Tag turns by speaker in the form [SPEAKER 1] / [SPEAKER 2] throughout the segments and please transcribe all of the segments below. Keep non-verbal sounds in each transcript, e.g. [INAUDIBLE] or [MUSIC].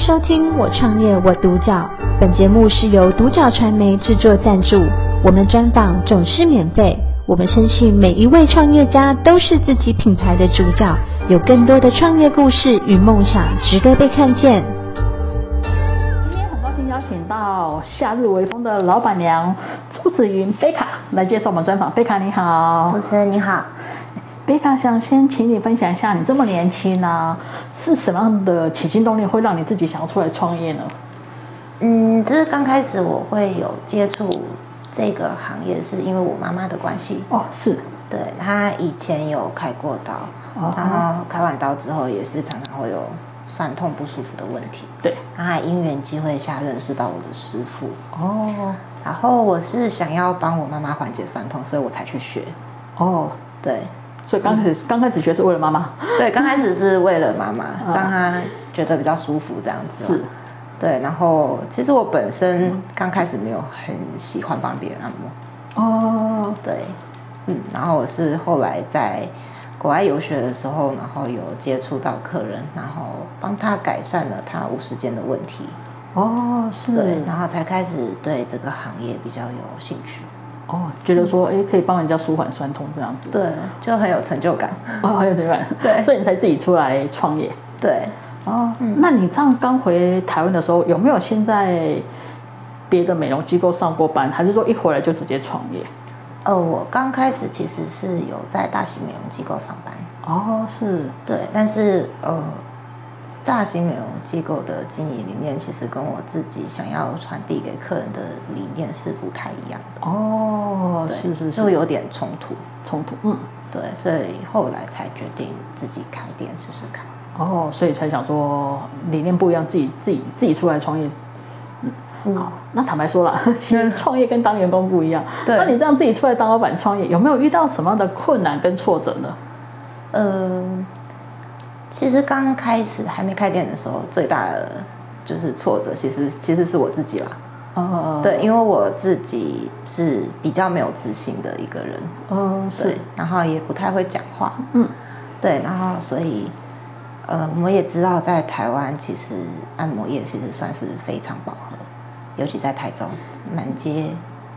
[SPEAKER 1] 收听《我创业我独角》，本节目是由独角传媒制作赞助，我们专访总是免费。我们深信每一位创业家都是自己品牌的主角，有更多的创业故事与梦想值得被看见。
[SPEAKER 2] 今天很高兴邀请到夏日微风的老板娘朱子云贝卡来接受我们专访。贝卡你好
[SPEAKER 3] 主，持人你好，
[SPEAKER 2] 贝卡想先请你分享一下，你这么年轻呢、是什么样的起心动念会让你自己想要出来创业呢？
[SPEAKER 3] 嗯，就是刚开始我会有接触这个行业，是因为我妈妈的关系。
[SPEAKER 2] 哦，是，
[SPEAKER 3] 对她以前有开过刀，
[SPEAKER 2] 哦
[SPEAKER 3] 然后开完刀之后也是常常会有酸痛不舒服的问题。
[SPEAKER 2] 对，
[SPEAKER 3] 她还因缘机会下认识到我的师傅，
[SPEAKER 2] 哦，
[SPEAKER 3] 然后我是想要帮我妈妈缓解酸痛，所以我才去学。
[SPEAKER 2] 哦， [LAUGHS]
[SPEAKER 3] 对，
[SPEAKER 2] 所以刚开始、刚开始学是为了妈妈。
[SPEAKER 3] 对，刚开始是为了妈妈，
[SPEAKER 2] 嗯
[SPEAKER 3] 让她觉得比较舒服这样子。啊
[SPEAKER 2] 是。
[SPEAKER 3] 对，然后其实我本身刚开始没有很喜欢帮别人按摩。
[SPEAKER 2] 哦，
[SPEAKER 3] 对，嗯，然后我是后来在国外游学的时候，然后有接触到客人，然后帮他改善了他无时间的问题。
[SPEAKER 2] 哦，
[SPEAKER 3] 对
[SPEAKER 2] 是，，
[SPEAKER 3] 然后才开始对这个行业比较有兴趣。
[SPEAKER 2] 哦，觉得说，哎，可以帮人家舒缓酸痛这样子。
[SPEAKER 3] 对，就很有成就感。
[SPEAKER 2] 哦，很有这个，
[SPEAKER 3] 对
[SPEAKER 2] 所以你才自己出来创业。
[SPEAKER 3] 对，
[SPEAKER 2] 哦，
[SPEAKER 3] 嗯
[SPEAKER 2] 那你这样刚回台湾的时候，有没有先在别的美容机构上过班，还是说一回来就直接创业？
[SPEAKER 3] 呃，我刚开始其实是有在大型美容机构上班。
[SPEAKER 2] 哦，是，
[SPEAKER 3] 对，但是呃，大型美容机构的经营理念其实跟我自己想要传递给客人的理念是不太一样的，
[SPEAKER 2] 哦，
[SPEAKER 3] 对
[SPEAKER 2] 是是是，
[SPEAKER 3] 就有点冲突，
[SPEAKER 2] 冲突，嗯，
[SPEAKER 3] 对，所以后来才决定自己开店试试看。
[SPEAKER 2] 哦，所以才想说理念不一样，自己自己自己出来创业。嗯，
[SPEAKER 3] 嗯
[SPEAKER 2] 好，那坦白说 [LAUGHS] 了，其实创业跟当员工不一样。
[SPEAKER 3] 对
[SPEAKER 2] 那你这样自己出来当老板创业，有没有遇到什么样的困难跟挫折呢？
[SPEAKER 3] 嗯，其实刚开始还没开店的时候，最大的就是挫折，其实其实是我自己啦。
[SPEAKER 2] 呃，
[SPEAKER 3] 对，因为我自己是比较没有自信的一个人，
[SPEAKER 2] 嗯，
[SPEAKER 3] 对
[SPEAKER 2] 是，，
[SPEAKER 3] 然后也不太会讲话，
[SPEAKER 2] 嗯，
[SPEAKER 3] 对，然后所以，呃，我们也知道在台湾其实按摩业其实算是非常饱和，尤其在台中，满街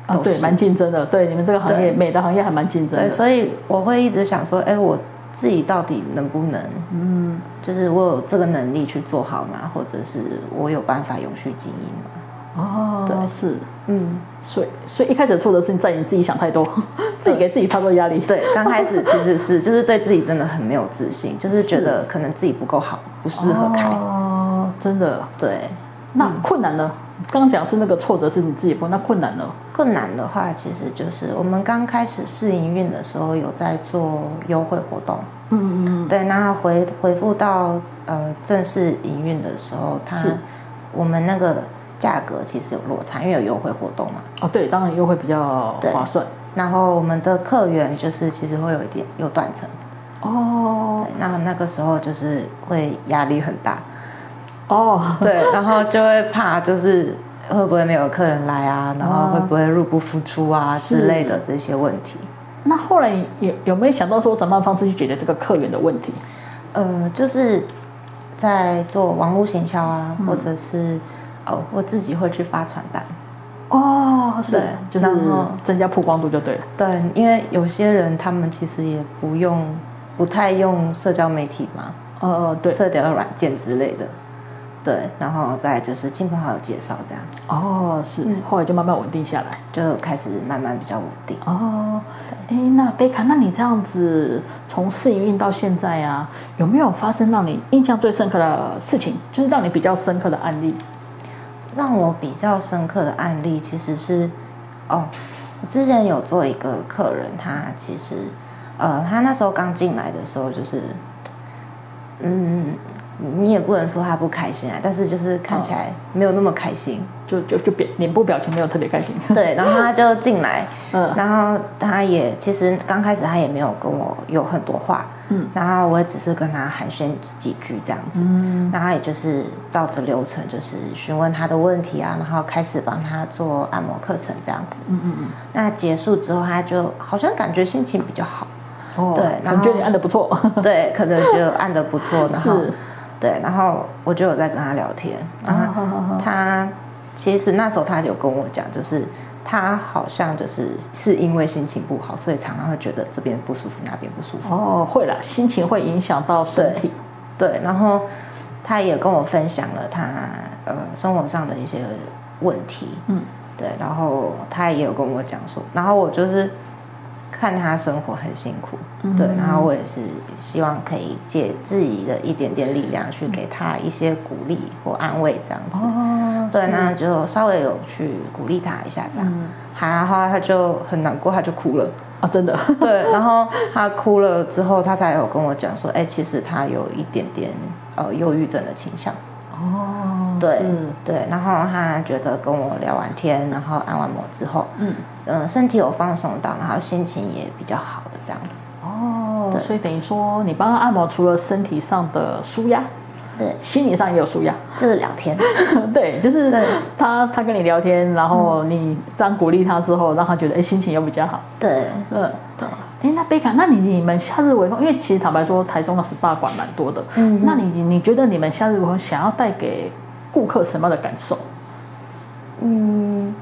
[SPEAKER 2] 啊，
[SPEAKER 3] 都
[SPEAKER 2] 对，
[SPEAKER 3] 是
[SPEAKER 2] 蛮竞争的，对，你们这个行业，
[SPEAKER 3] 对
[SPEAKER 2] 美的行业还蛮竞争的，
[SPEAKER 3] 对，所以我会一直想说，哎，我自己到底能不能，
[SPEAKER 2] 嗯，
[SPEAKER 3] 就是我有这个能力去做好吗？或者是我有办法永续经营吗？
[SPEAKER 2] 哦，
[SPEAKER 3] 对
[SPEAKER 2] 是，
[SPEAKER 3] 嗯，
[SPEAKER 2] 所以所以一开始的挫折是你在你自己想太多，自己给自己太多压力，
[SPEAKER 3] 对，刚开始其实是就是对自己真的很没有自信，就是觉
[SPEAKER 2] 是
[SPEAKER 3] 得可能自己不够好，不适合开。
[SPEAKER 2] 哦，真的，
[SPEAKER 3] 对，
[SPEAKER 2] 那困难呢？刚刚讲是那个挫折是你自己不，那困难呢？
[SPEAKER 3] 更难的话，其实就是我们刚开始试营运的时候有在做优惠活动，
[SPEAKER 2] 嗯嗯嗯，
[SPEAKER 3] 对，那回回复到呃正式营运的时候，它
[SPEAKER 2] 是
[SPEAKER 3] 我们那个价格其实有落差，因为有优惠活动嘛，
[SPEAKER 2] 哦，对，当然又会比较
[SPEAKER 3] 对，
[SPEAKER 2] 哦划算，。
[SPEAKER 3] 然后我们的客源就是其实会有一点有断层，
[SPEAKER 2] 哦
[SPEAKER 3] 对，那那个时候就是会压力很大， [LAUGHS]
[SPEAKER 2] 哦，
[SPEAKER 3] 对，然后就会怕就是会不会没有客人来啊，然后会不会入不敷出啊
[SPEAKER 2] 是
[SPEAKER 3] 之类的这些问题。
[SPEAKER 2] 那后来有有没有想到说什么样的方式去解决这个客源的问题？
[SPEAKER 3] 呃，就是在做网络行销啊，
[SPEAKER 2] 嗯
[SPEAKER 3] 或者是哦，我自己会去发传单。
[SPEAKER 2] 哦，是
[SPEAKER 3] 对，
[SPEAKER 2] 就是
[SPEAKER 3] 然后
[SPEAKER 2] 增加曝光度就对了。
[SPEAKER 3] 对，因为有些人他们其实也不用，不太用社交媒体嘛，
[SPEAKER 2] 呃，对，
[SPEAKER 3] 社交软件之类的。对，然后再就是亲朋好友介绍这样，
[SPEAKER 2] 哦，是，
[SPEAKER 3] 嗯
[SPEAKER 2] 后来就慢慢稳定下来。
[SPEAKER 3] 就开始慢慢比较稳定。
[SPEAKER 2] 哦，哎，那贝卡，那你这样子从试营运到现在啊，有没有发生让你印象最深刻的事情，就是让你比较深刻的案例？
[SPEAKER 3] 让我比较深刻的案例其实是，哦，我之前有做一个客人，他其实，呃，他那时候刚进来的时候就是，嗯，你也不能说他不开心啊，但是就是看起来没有那么开心。
[SPEAKER 2] 就就就表脸部表情没有特别开心。 [LAUGHS]
[SPEAKER 3] 对，然后他就进来，
[SPEAKER 2] 嗯
[SPEAKER 3] 然后他也其实刚开始他也没有跟我有很多话，
[SPEAKER 2] 嗯
[SPEAKER 3] 然后我也只是跟他寒暄几句这样子，
[SPEAKER 2] 嗯
[SPEAKER 3] 然后也就是照着流程，就是询问他的问题啊，然后开始帮他做按摩课程这样子，
[SPEAKER 2] 嗯嗯嗯。
[SPEAKER 3] 那结束之后，他就好像感觉心情比较好，
[SPEAKER 2] 哦
[SPEAKER 3] 对，
[SPEAKER 2] 可能
[SPEAKER 3] 然后 [LAUGHS]
[SPEAKER 2] 觉得你按得不错
[SPEAKER 3] 对，可能就按的不错，然后
[SPEAKER 2] 是。
[SPEAKER 3] 对，对，然后我就有在跟他聊天，然
[SPEAKER 2] 哦好好
[SPEAKER 3] 后
[SPEAKER 2] 好
[SPEAKER 3] 他其实那时候他有跟我讲，就是他好像就是是因为心情不好，所以常常会觉得这边不舒服，那边不舒服。
[SPEAKER 2] 哦，会啦，心情会影响到身体。
[SPEAKER 3] 对，对，然后他也跟我分享了他呃生活上的一些问题，
[SPEAKER 2] 嗯，
[SPEAKER 3] 对，然后他也有跟我讲说，然后我就是看他生活很辛苦，
[SPEAKER 2] 嗯
[SPEAKER 3] 对，然后我也是希望可以借自己的一点点力量去给他一些鼓励或安慰这样子，
[SPEAKER 2] 嗯哦
[SPEAKER 3] 对，
[SPEAKER 2] 是
[SPEAKER 3] 那就稍微有去鼓励他一下这样，
[SPEAKER 2] 嗯
[SPEAKER 3] 然后他就很难过，他就哭了。
[SPEAKER 2] 啊，真的。
[SPEAKER 3] [LAUGHS] 对，然后他哭了之后，他才有跟我讲说，哎、其实他有一点点呃忧郁症的倾向。
[SPEAKER 2] [LAUGHS] 哦，
[SPEAKER 3] 对
[SPEAKER 2] 是
[SPEAKER 3] 对，然后他觉得跟我聊完天，然后按完摩之后，
[SPEAKER 2] 嗯
[SPEAKER 3] 呃身体有放松到，然后心情也比较好了这样子。
[SPEAKER 2] 哦
[SPEAKER 3] 对，
[SPEAKER 2] 所以等于说你帮他按摩，除了身体上的舒压，
[SPEAKER 3] 对，
[SPEAKER 2] 心理上也有舒压。
[SPEAKER 3] 这是聊 [LAUGHS] 天。
[SPEAKER 2] [LAUGHS] 对，嗯就是
[SPEAKER 3] 对
[SPEAKER 2] 他他跟你聊天，然后你这样鼓励他之后，让他觉得哎心情又比较好。
[SPEAKER 3] 对，
[SPEAKER 2] 嗯，
[SPEAKER 3] 对。
[SPEAKER 2] 哎，那贝卡，那你你们夏日微风，因为其实坦白说，台中的 SPA 馆蛮多的。
[SPEAKER 3] 嗯
[SPEAKER 2] 那你你觉得你们夏日微风想要带给顾客什么样的感受？
[SPEAKER 3] 嗯，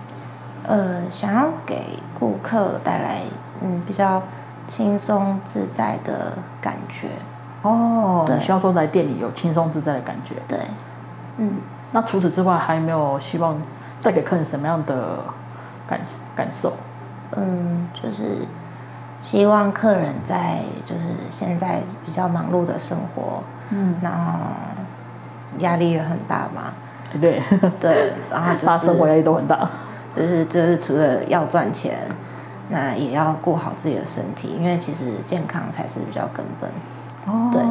[SPEAKER 3] 呃，想要给顾客带来嗯比较轻松自在的感觉。
[SPEAKER 2] 哦，
[SPEAKER 3] 对
[SPEAKER 2] 你希望说来店里有轻松自在的感觉。
[SPEAKER 3] 对，嗯。
[SPEAKER 2] 那除此之外，还有没有希望带给客人什么样的感感受？
[SPEAKER 3] 嗯，就是希望客人在就是现在比较忙碌的生活，
[SPEAKER 2] 嗯
[SPEAKER 3] 那压力也很大嘛，
[SPEAKER 2] 对
[SPEAKER 3] [LAUGHS] 对，
[SPEAKER 2] [LAUGHS]
[SPEAKER 3] 然后就是
[SPEAKER 2] 大家生活压力都很大。
[SPEAKER 3] 就是就是除了要赚钱，那也要顾好自己的身体，因为其实健康才是比较根本，
[SPEAKER 2] 哦
[SPEAKER 3] 对，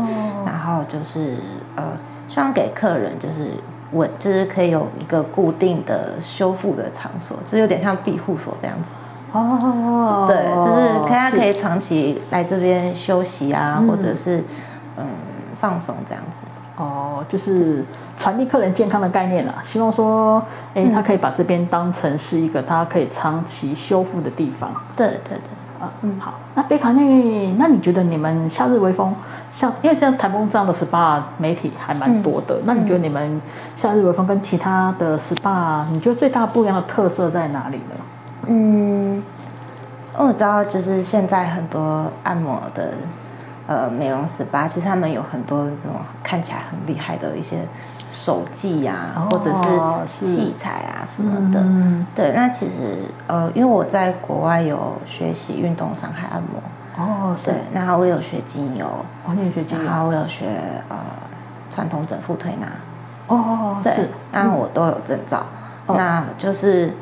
[SPEAKER 3] 然后就是呃，希望给客人就是。稳，就是可以有一个固定的修复的场所，就是有点像庇护所这样子。
[SPEAKER 2] 哦，
[SPEAKER 3] 对，就是大家可以
[SPEAKER 2] 是
[SPEAKER 3] 长期来这边休息啊，
[SPEAKER 2] 嗯
[SPEAKER 3] 或者是嗯放松这样子。
[SPEAKER 2] 哦，就是传递客人健康的概念啦，希望说，哎，
[SPEAKER 3] 嗯
[SPEAKER 2] 他可以把这边当成是一个他可以长期修复的地方。
[SPEAKER 3] 对对对，
[SPEAKER 2] 啊，
[SPEAKER 3] 嗯
[SPEAKER 2] 嗯，好，那贝卡那那你觉得你们夏日微风像，因为这样台风这样的 SPA 媒体还蛮多的，
[SPEAKER 3] 嗯
[SPEAKER 2] 那你觉得你们夏日微风跟其他的 SPA，你觉得最大不一样的特色在哪里呢？
[SPEAKER 3] 嗯，我知道就是现在很多按摩的呃美容 SPA，其实他们有很多这种看起来很厉害的一些手技呀、
[SPEAKER 2] 哦
[SPEAKER 3] 或者是
[SPEAKER 2] 是
[SPEAKER 3] 器材啊什么的。
[SPEAKER 2] 嗯
[SPEAKER 3] 对，那其实呃，因为我在国外有学习运动伤害按摩。
[SPEAKER 2] 哦，是
[SPEAKER 3] 对，，然后我有学精油，
[SPEAKER 2] 哦你有学精油
[SPEAKER 3] 然后我有学呃传统整腹推拿，
[SPEAKER 2] 哦，
[SPEAKER 3] 对
[SPEAKER 2] 是，，
[SPEAKER 3] 那我都有证照，
[SPEAKER 2] 哦
[SPEAKER 3] 那就是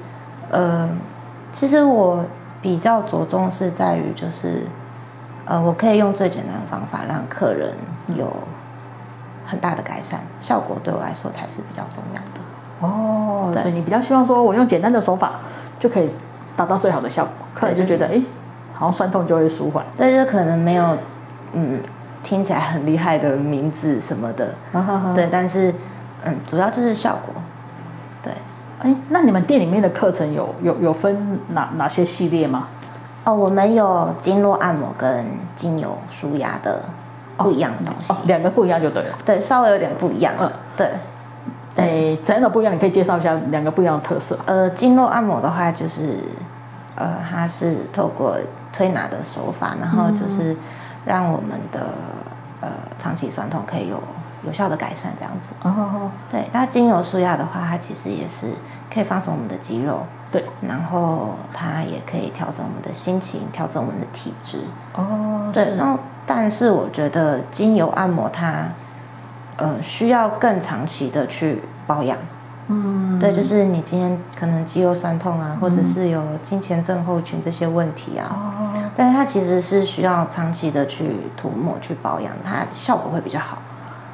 [SPEAKER 3] 呃，其实我比较着重是在于就是呃，我可以用最简单的方法让客人有很大的改善，效果对我来说才是比较重要的。
[SPEAKER 2] 哦，
[SPEAKER 3] 对
[SPEAKER 2] 所以你比较希望说我用简单的手法就可以达到最好的效果，客人
[SPEAKER 3] 对
[SPEAKER 2] 就
[SPEAKER 3] 就是
[SPEAKER 2] 觉得哎、诶好像酸痛就会舒缓。
[SPEAKER 3] 但是可能没有，嗯，听起来很厉害的名字什么的，
[SPEAKER 2] 啊哈哈
[SPEAKER 3] 对，但是嗯，主要就是效果，对。
[SPEAKER 2] 哎、那你们店里面的课程有有有分哪哪些系列吗？
[SPEAKER 3] 哦，我们有经络按摩跟精油舒压的不一样的东西，
[SPEAKER 2] 哦，两个不一样就对了。
[SPEAKER 3] 对，稍微有点不一样，
[SPEAKER 2] 嗯
[SPEAKER 3] 对。
[SPEAKER 2] 哎，怎样的不一样？你可以介绍一下两个不一样的特色。
[SPEAKER 3] 呃，经络按摩的话就是，呃，它是透过推拿的手法，然后
[SPEAKER 2] 嗯
[SPEAKER 3] 就是让我们的呃长期酸痛可以有有效的改善这样子。
[SPEAKER 2] 哦，
[SPEAKER 3] 对，那精油舒压的话，它其实也是可以放松我们的肌肉，
[SPEAKER 2] 对
[SPEAKER 3] 然后它也可以调整我们的心情，调整我们的体质。
[SPEAKER 2] 哦
[SPEAKER 3] 对
[SPEAKER 2] 是，
[SPEAKER 3] 然后但是我觉得精油按摩它，呃，需要更长期的去保养。
[SPEAKER 2] 嗯，
[SPEAKER 3] 对，就是你今天可能肌肉酸痛啊，或者
[SPEAKER 2] 嗯
[SPEAKER 3] 是有金钱症候群这些问题啊，
[SPEAKER 2] 哦，
[SPEAKER 3] 但是它其实是需要长期的去涂抹、去保养，它效果会比较好。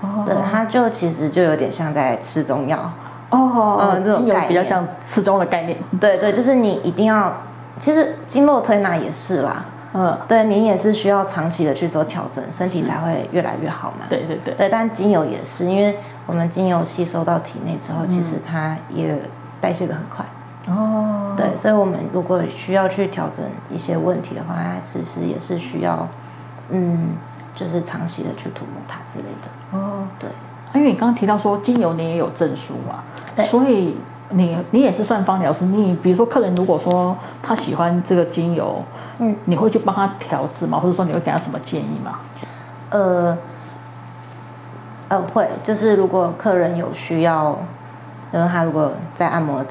[SPEAKER 2] 哦
[SPEAKER 3] 对，它就其实就有点像在吃中药。
[SPEAKER 2] 哦
[SPEAKER 3] 嗯，这种
[SPEAKER 2] 精油
[SPEAKER 3] 概
[SPEAKER 2] 比较
[SPEAKER 3] 念
[SPEAKER 2] 像刺中的概念。
[SPEAKER 3] 对对，就是你一定要，其实经络推拿也是啦。
[SPEAKER 2] 嗯，
[SPEAKER 3] 对你也是需要长期的去做调整，身体才会越来越好嘛。
[SPEAKER 2] 对对对
[SPEAKER 3] 对，但精油也是，因为我们精油吸收到体内之后，其实它也代谢的很快。
[SPEAKER 2] 嗯哦，
[SPEAKER 3] 对，所以我们如果需要去调整一些问题的话，它其实也是需要，嗯，就是长期的去涂抹它之类的。
[SPEAKER 2] 哦，
[SPEAKER 3] 对。
[SPEAKER 2] 哎、因为你刚刚提到说精油你也有证书嘛，
[SPEAKER 3] 对
[SPEAKER 2] 所以你你也是算芳疗师，你比如说客人如果说他喜欢这个精油，
[SPEAKER 3] 嗯
[SPEAKER 2] 你会去帮他调制吗？或者说你会给他什么建议吗？
[SPEAKER 3] 呃，呃会，就是如果客人有需要，就是他如果在按摩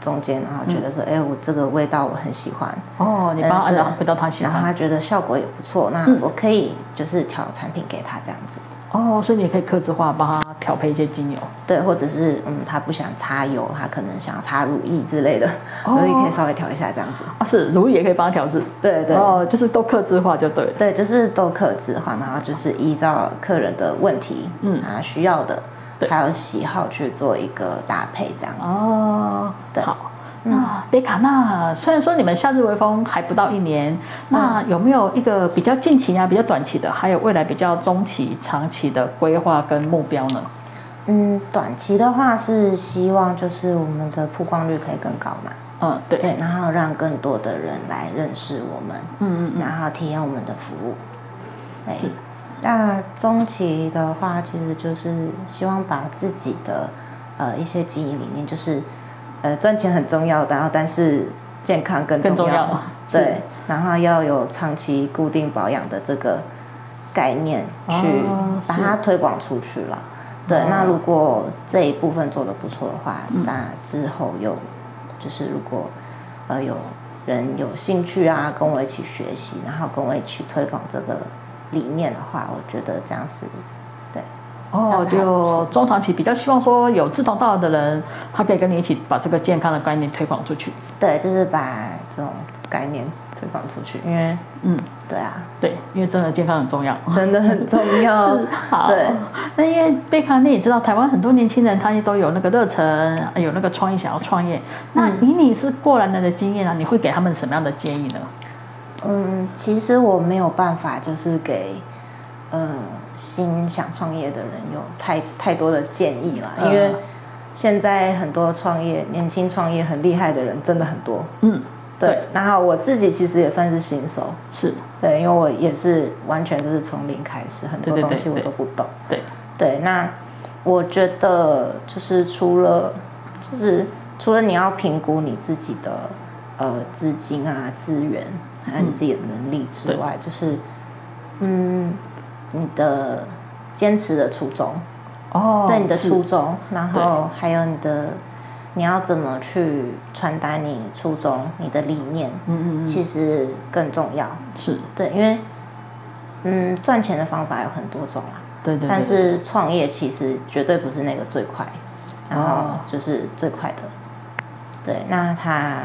[SPEAKER 3] 中间，然后觉得说，哎、我这个味道我很喜欢。
[SPEAKER 2] 嗯哦你帮他按
[SPEAKER 3] 嗯
[SPEAKER 2] 到
[SPEAKER 3] 对
[SPEAKER 2] 味道他喜欢
[SPEAKER 3] 然后他觉得效果也不错，那
[SPEAKER 2] 嗯
[SPEAKER 3] 我可以就是调产品给他这样子，
[SPEAKER 2] 哦，所以你也可以克制化帮他调配一些精油。
[SPEAKER 3] 对，或者是嗯，他不想擦油，他可能想要擦乳液之类的，
[SPEAKER 2] 哦
[SPEAKER 3] 所以可以稍微调一下这样子。
[SPEAKER 2] 啊，是如意也可以帮他调制。
[SPEAKER 3] 对对
[SPEAKER 2] 哦，就是都克制化就对了。
[SPEAKER 3] 对，就是都客制化，然后就是依照客人的问题，
[SPEAKER 2] 嗯
[SPEAKER 3] 啊需要的
[SPEAKER 2] 对，
[SPEAKER 3] 还有喜好去做一个搭配这样子。
[SPEAKER 2] 哦，
[SPEAKER 3] 对
[SPEAKER 2] 好。
[SPEAKER 3] 嗯
[SPEAKER 2] 那贝卡，那虽然说你们夏日微风还不到一年，那有没有一个比较近期啊、比较短期的，还有未来比较中期、长期的规划跟目标呢？
[SPEAKER 3] 嗯，短期的话是希望就是我们的曝光率可以更高嘛，
[SPEAKER 2] 嗯，对，
[SPEAKER 3] 然后让更多的人来认识我们，
[SPEAKER 2] 嗯嗯嗯
[SPEAKER 3] 然后体验我们的服务，对
[SPEAKER 2] 是。
[SPEAKER 3] 那中期的话，其实就是希望把自己的呃一些经营理念，就是呃赚钱很重要，然后但是健康更
[SPEAKER 2] 更
[SPEAKER 3] 重
[SPEAKER 2] 重要 [LAUGHS] 是
[SPEAKER 3] 对，然后要有长期固定保养的这个概念去
[SPEAKER 2] 哦
[SPEAKER 3] 把
[SPEAKER 2] 是
[SPEAKER 3] 它推广出去了。对，
[SPEAKER 2] 哦
[SPEAKER 3] 那如果这一部分做得不错的话，
[SPEAKER 2] 嗯
[SPEAKER 3] 那之后有就是如果呃有人有兴趣啊，跟我一起学习，然后跟我一起推广这个理念的话，我觉得这样是对。
[SPEAKER 2] 哦，
[SPEAKER 3] 这样子还不
[SPEAKER 2] 就
[SPEAKER 3] 错
[SPEAKER 2] 中长期比较希望说有志同道合的人，他可以跟你一起把这个健康的观念推广出去。
[SPEAKER 3] 对，就是把这种概念推广出去，因为
[SPEAKER 2] 嗯，
[SPEAKER 3] 对啊，
[SPEAKER 2] 对，因为真的健康很重要，
[SPEAKER 3] [LAUGHS] 真的很重
[SPEAKER 2] [LAUGHS]
[SPEAKER 3] 要
[SPEAKER 2] 是好，
[SPEAKER 3] [LAUGHS] 对，
[SPEAKER 2] 那因为贝卡，你也知道，台湾很多年轻人他也都有那个热忱，有那个创意，想要创业。那
[SPEAKER 3] 嗯
[SPEAKER 2] 以你是过来人的经验啊，你会给他们什么样的建议呢？
[SPEAKER 3] 嗯，其实我没有办法，就是给呃新想创业的人有太太多的建议啦，因为
[SPEAKER 2] 嗯
[SPEAKER 3] 现在很多创业年轻创业很厉害的人真的很多，
[SPEAKER 2] 嗯，
[SPEAKER 3] 对，然后我自己其实也算是新手，
[SPEAKER 2] 是，
[SPEAKER 3] 对，因为我也是完全就是从零开始，很
[SPEAKER 2] 对
[SPEAKER 3] 多
[SPEAKER 2] 对
[SPEAKER 3] 东
[SPEAKER 2] 对
[SPEAKER 3] 西我
[SPEAKER 2] 对
[SPEAKER 3] 都不懂，
[SPEAKER 2] 对，
[SPEAKER 3] 对，那我觉得就是除了就是除了你要评估你自己的呃资金啊资源，还有你
[SPEAKER 2] 嗯
[SPEAKER 3] 自己的能力之外，就是嗯你的坚持的初衷，
[SPEAKER 2] 哦，
[SPEAKER 3] 对你的
[SPEAKER 2] 是
[SPEAKER 3] 初衷，然后
[SPEAKER 2] 对
[SPEAKER 3] 还有你的你要怎么去传达你初衷、你的理念，
[SPEAKER 2] 嗯嗯嗯
[SPEAKER 3] 其实更重要。
[SPEAKER 2] 是，
[SPEAKER 3] 对，因为嗯，赚钱的方法有很多种啦。
[SPEAKER 2] 对对对
[SPEAKER 3] 但是创业其实绝对不是那个最快，然后
[SPEAKER 2] 哦
[SPEAKER 3] 就是最快的。对，那他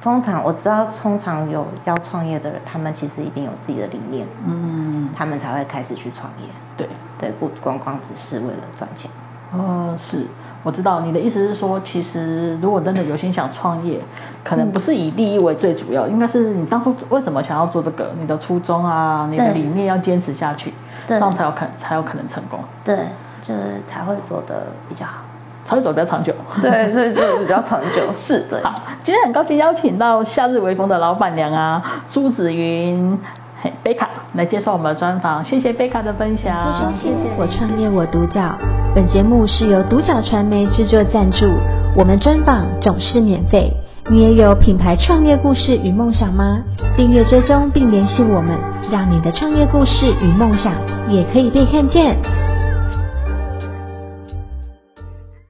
[SPEAKER 3] 通常我知道，通常有要创业的人，他们其实一定有自己的理念，
[SPEAKER 2] 嗯，
[SPEAKER 3] 他们才会开始去创业。
[SPEAKER 2] 对，
[SPEAKER 3] 对，不光光只是为了赚钱。
[SPEAKER 2] 哦，是，我知道你的意思是说，其实如果真的有心想创业，可能不
[SPEAKER 3] 嗯
[SPEAKER 2] 是以利益为最主要，应该是你当初为什么想要做这个，你的初衷啊，你的
[SPEAKER 3] 对
[SPEAKER 2] 理念要坚持下去，这
[SPEAKER 3] 对
[SPEAKER 2] 样才有可才有可能成功，
[SPEAKER 3] 对，就是才会做得比较好。
[SPEAKER 2] 才会走得比较长久。
[SPEAKER 3] 对，所以做得比较长
[SPEAKER 2] [LAUGHS]
[SPEAKER 3] 久。 [LAUGHS] 是对。
[SPEAKER 2] 好，今天很高兴邀请到夏日微风的老板娘啊，朱子云。嘿贝卡来接受我们的专访，谢谢贝卡的分享，
[SPEAKER 1] 谢谢我创业我独角。本节目是由独角传媒制作赞助，我们专访总是免费。你也有品牌创业故事与梦想吗？订阅追踪并联系我们，让你的创业故事与梦想也可以被看见。